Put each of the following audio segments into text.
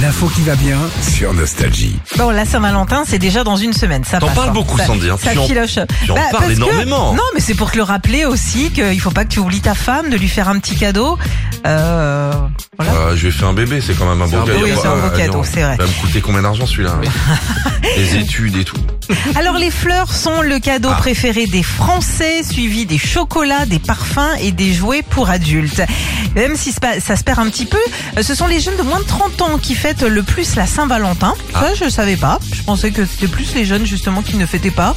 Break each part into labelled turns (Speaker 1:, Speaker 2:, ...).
Speaker 1: L'info qui va bien sur Nostalgie.
Speaker 2: Bon, la Saint-Valentin, c'est déjà dans une semaine. Ça
Speaker 3: T'en
Speaker 2: passe,
Speaker 3: parles
Speaker 2: hein.
Speaker 3: beaucoup,
Speaker 2: ça,
Speaker 3: Sandy, hein.
Speaker 2: Ça
Speaker 3: Tu en-
Speaker 2: filoche. Bah,
Speaker 3: tu en parles
Speaker 2: parce que-
Speaker 3: énormément.
Speaker 2: Non, mais c'est pour te le rappeler aussi qu'il faut pas que tu oublies ta femme, de lui faire un petit cadeau. Euh, voilà.
Speaker 3: Euh, je lui ai fait un bébé, c'est quand même un
Speaker 2: C'est un
Speaker 3: beau
Speaker 2: beau-
Speaker 3: cadeau.
Speaker 2: oui, c'est un beau
Speaker 3: Ah,
Speaker 2: cadeau,
Speaker 3: non,
Speaker 2: c'est vrai.
Speaker 3: Ça va me coûter combien d'argent celui-là hein, Les études et tout.
Speaker 2: Alors, les fleurs sont le cadeau
Speaker 3: Ah.
Speaker 2: préféré des Français, suivi des chocolats, des parfums et des jouets pour adultes. Même si ça ça se perd un petit peu, euh, ce sont les jeunes de moins de 30 ans qui fêtent le plus la Saint-Valentin.
Speaker 3: Ah.
Speaker 2: Ça, je savais pas. Je pensais que c'était plus les jeunes, justement, qui ne fêtaient pas.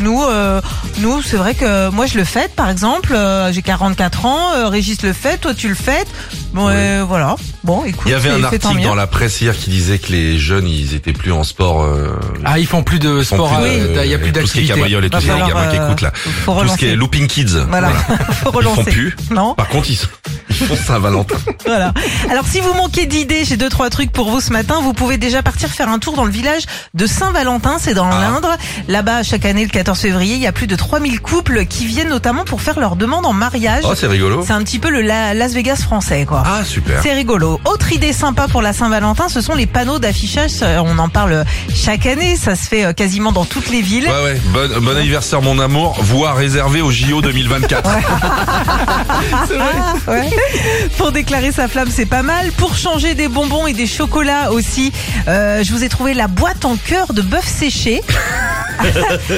Speaker 2: Nous, euh, nous, c'est vrai que moi je le fête, par exemple, euh, j'ai 44 ans, euh, Régis le fête, toi tu le fêtes. Bon,
Speaker 3: Oui.
Speaker 2: euh, voilà. Bon, écoute,
Speaker 3: Il y avait
Speaker 2: c'est-
Speaker 3: un
Speaker 2: c'est tant
Speaker 3: article
Speaker 2: mieux.
Speaker 3: dans la presse hier qui disait que les jeunes, ils étaient plus en sport. euh,
Speaker 4: Ah, ils font plus de
Speaker 3: ils sont
Speaker 4: sport,
Speaker 3: plus,
Speaker 4: euh,
Speaker 3: euh,
Speaker 4: il y a plus
Speaker 3: Tout ce qui est
Speaker 4: d'activité.
Speaker 3: cabriole et
Speaker 2: Va
Speaker 3: tout ça, les
Speaker 2: falloir,
Speaker 3: gamins qui
Speaker 2: euh,
Speaker 3: écoutent là.
Speaker 2: Faut
Speaker 3: Tout ce qui est
Speaker 2: relancer.
Speaker 3: Looping Kids.
Speaker 2: Voilà, faut
Speaker 3: Ils font
Speaker 2: relancer.
Speaker 3: plus.
Speaker 2: Non,
Speaker 3: Par contre, ils, sont- ils font Saint-Valentin.
Speaker 2: voilà. Alors si vous manquez d'idées, j'ai deux trois trucs pour vous ce matin. Vous pouvez déjà partir faire un tour dans le village de Saint-Valentin, c'est dans
Speaker 3: Ah.
Speaker 2: l'Indre. Là-bas, chaque année le 14 février, il y a plus de 3000 couples qui viennent notamment pour faire leur demande en mariage.
Speaker 3: Oh, c'est rigolo.
Speaker 2: c'est un petit peu le La- Las Vegas français quoi.
Speaker 3: Ah, super.
Speaker 2: C'est rigolo. Autre idée sympa pour la Saint-Valentin, ce sont les panneaux d'affichage. Euh, On en parle chaque année, ça se fait euh, quasiment dans toutes les villes.
Speaker 3: Ouais, ouais. Bon, bon anniversaire, mon amour. Voie réservée au JO 2024.
Speaker 2: Ah, ouais. Pour déclarer sa flamme, c'est pas mal. Pour changer des bonbons et des chocolats aussi, euh, je vous ai trouvé la boîte en cœur de bœuf séché.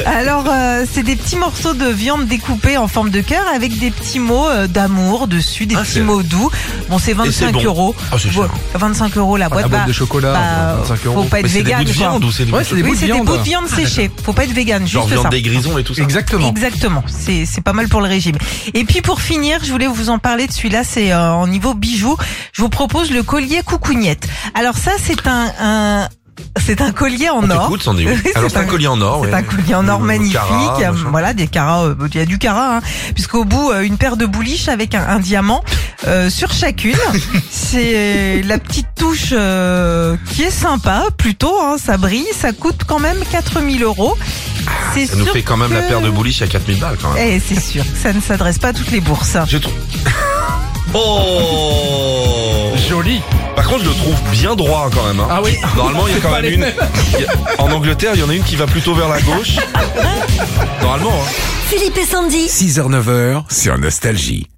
Speaker 2: Alors, euh, c'est des petits morceaux de viande découpés en forme de cœur avec des petits mots euh, d'amour dessus, des
Speaker 3: Ah,
Speaker 2: petits
Speaker 3: c'est-
Speaker 2: mots doux. Bon, c'est
Speaker 3: Et c'est
Speaker 2: 25
Speaker 3: bon.
Speaker 2: euros.
Speaker 3: Ah, c'est cher. Ah,
Speaker 2: Bon, 25 euros la boîte.
Speaker 4: la boîte
Speaker 2: bah,
Speaker 4: de chocolat,
Speaker 2: bah,
Speaker 4: 25
Speaker 2: Faut
Speaker 4: euros.
Speaker 2: pas être
Speaker 3: Mais c'est des
Speaker 2: vegan.
Speaker 3: bouts de
Speaker 2: quoi.
Speaker 3: viande ou c'est des bouts
Speaker 4: Ouais,
Speaker 3: de- Ah,
Speaker 4: c'est des
Speaker 2: oui,
Speaker 4: bouts de
Speaker 2: c'est des
Speaker 4: viande.
Speaker 2: bouts de viande séchée. Faut pas être vegan,
Speaker 3: Genre
Speaker 2: juste
Speaker 3: viande
Speaker 2: ça.
Speaker 3: des grisons et tout ça.
Speaker 4: Exactement.
Speaker 2: Exactement, c'est c'est pas mal pour le régime. Et puis pour finir, je voulais vous en parler de celui-là, c'est euh, en niveau bijoux. Je vous propose le collier coucougnette. Alors ça, c'est un, un- c'est un collier en
Speaker 3: On
Speaker 2: or.
Speaker 3: t'écoute, Sandy, oui.
Speaker 2: Oui,
Speaker 3: Alors,
Speaker 2: c'est
Speaker 3: c'est
Speaker 2: un-
Speaker 3: un collier en or.
Speaker 2: C'est
Speaker 3: ouais.
Speaker 2: un collier en or
Speaker 3: Le- le
Speaker 2: magnifique.
Speaker 3: carat,
Speaker 2: Il y a,
Speaker 3: machin.
Speaker 2: voilà, des carats, euh, il y a du carat, hein, puisqu'au bout, euh, une paire de bouliches avec un, un diamant euh, sur chacune. C'est la petite touche euh, qui est sympa, plutôt. hein, ça brille, ça coûte quand même 4000 euros. C'est
Speaker 3: Ah, Ça nous
Speaker 2: sûr
Speaker 3: fait quand même la
Speaker 2: que-
Speaker 3: paire de bouliches à 4000 balles quand même.
Speaker 2: eh, c'est sûr, ça ne s'adresse pas à toutes les bourses.
Speaker 3: Je trouve. Oh
Speaker 4: Joli.
Speaker 3: Par contre, je le trouve bien droit quand même. hein.
Speaker 4: Ah oui.
Speaker 3: Normalement, il y a quand
Speaker 4: Pas
Speaker 3: même
Speaker 4: les
Speaker 3: une.
Speaker 4: mêmes.
Speaker 3: il y a- En Angleterre, il y en a une qui va plutôt vers la gauche. Normalement. hein.
Speaker 5: Philippe et Sandy.
Speaker 1: 6h-9h sur Nostalgie.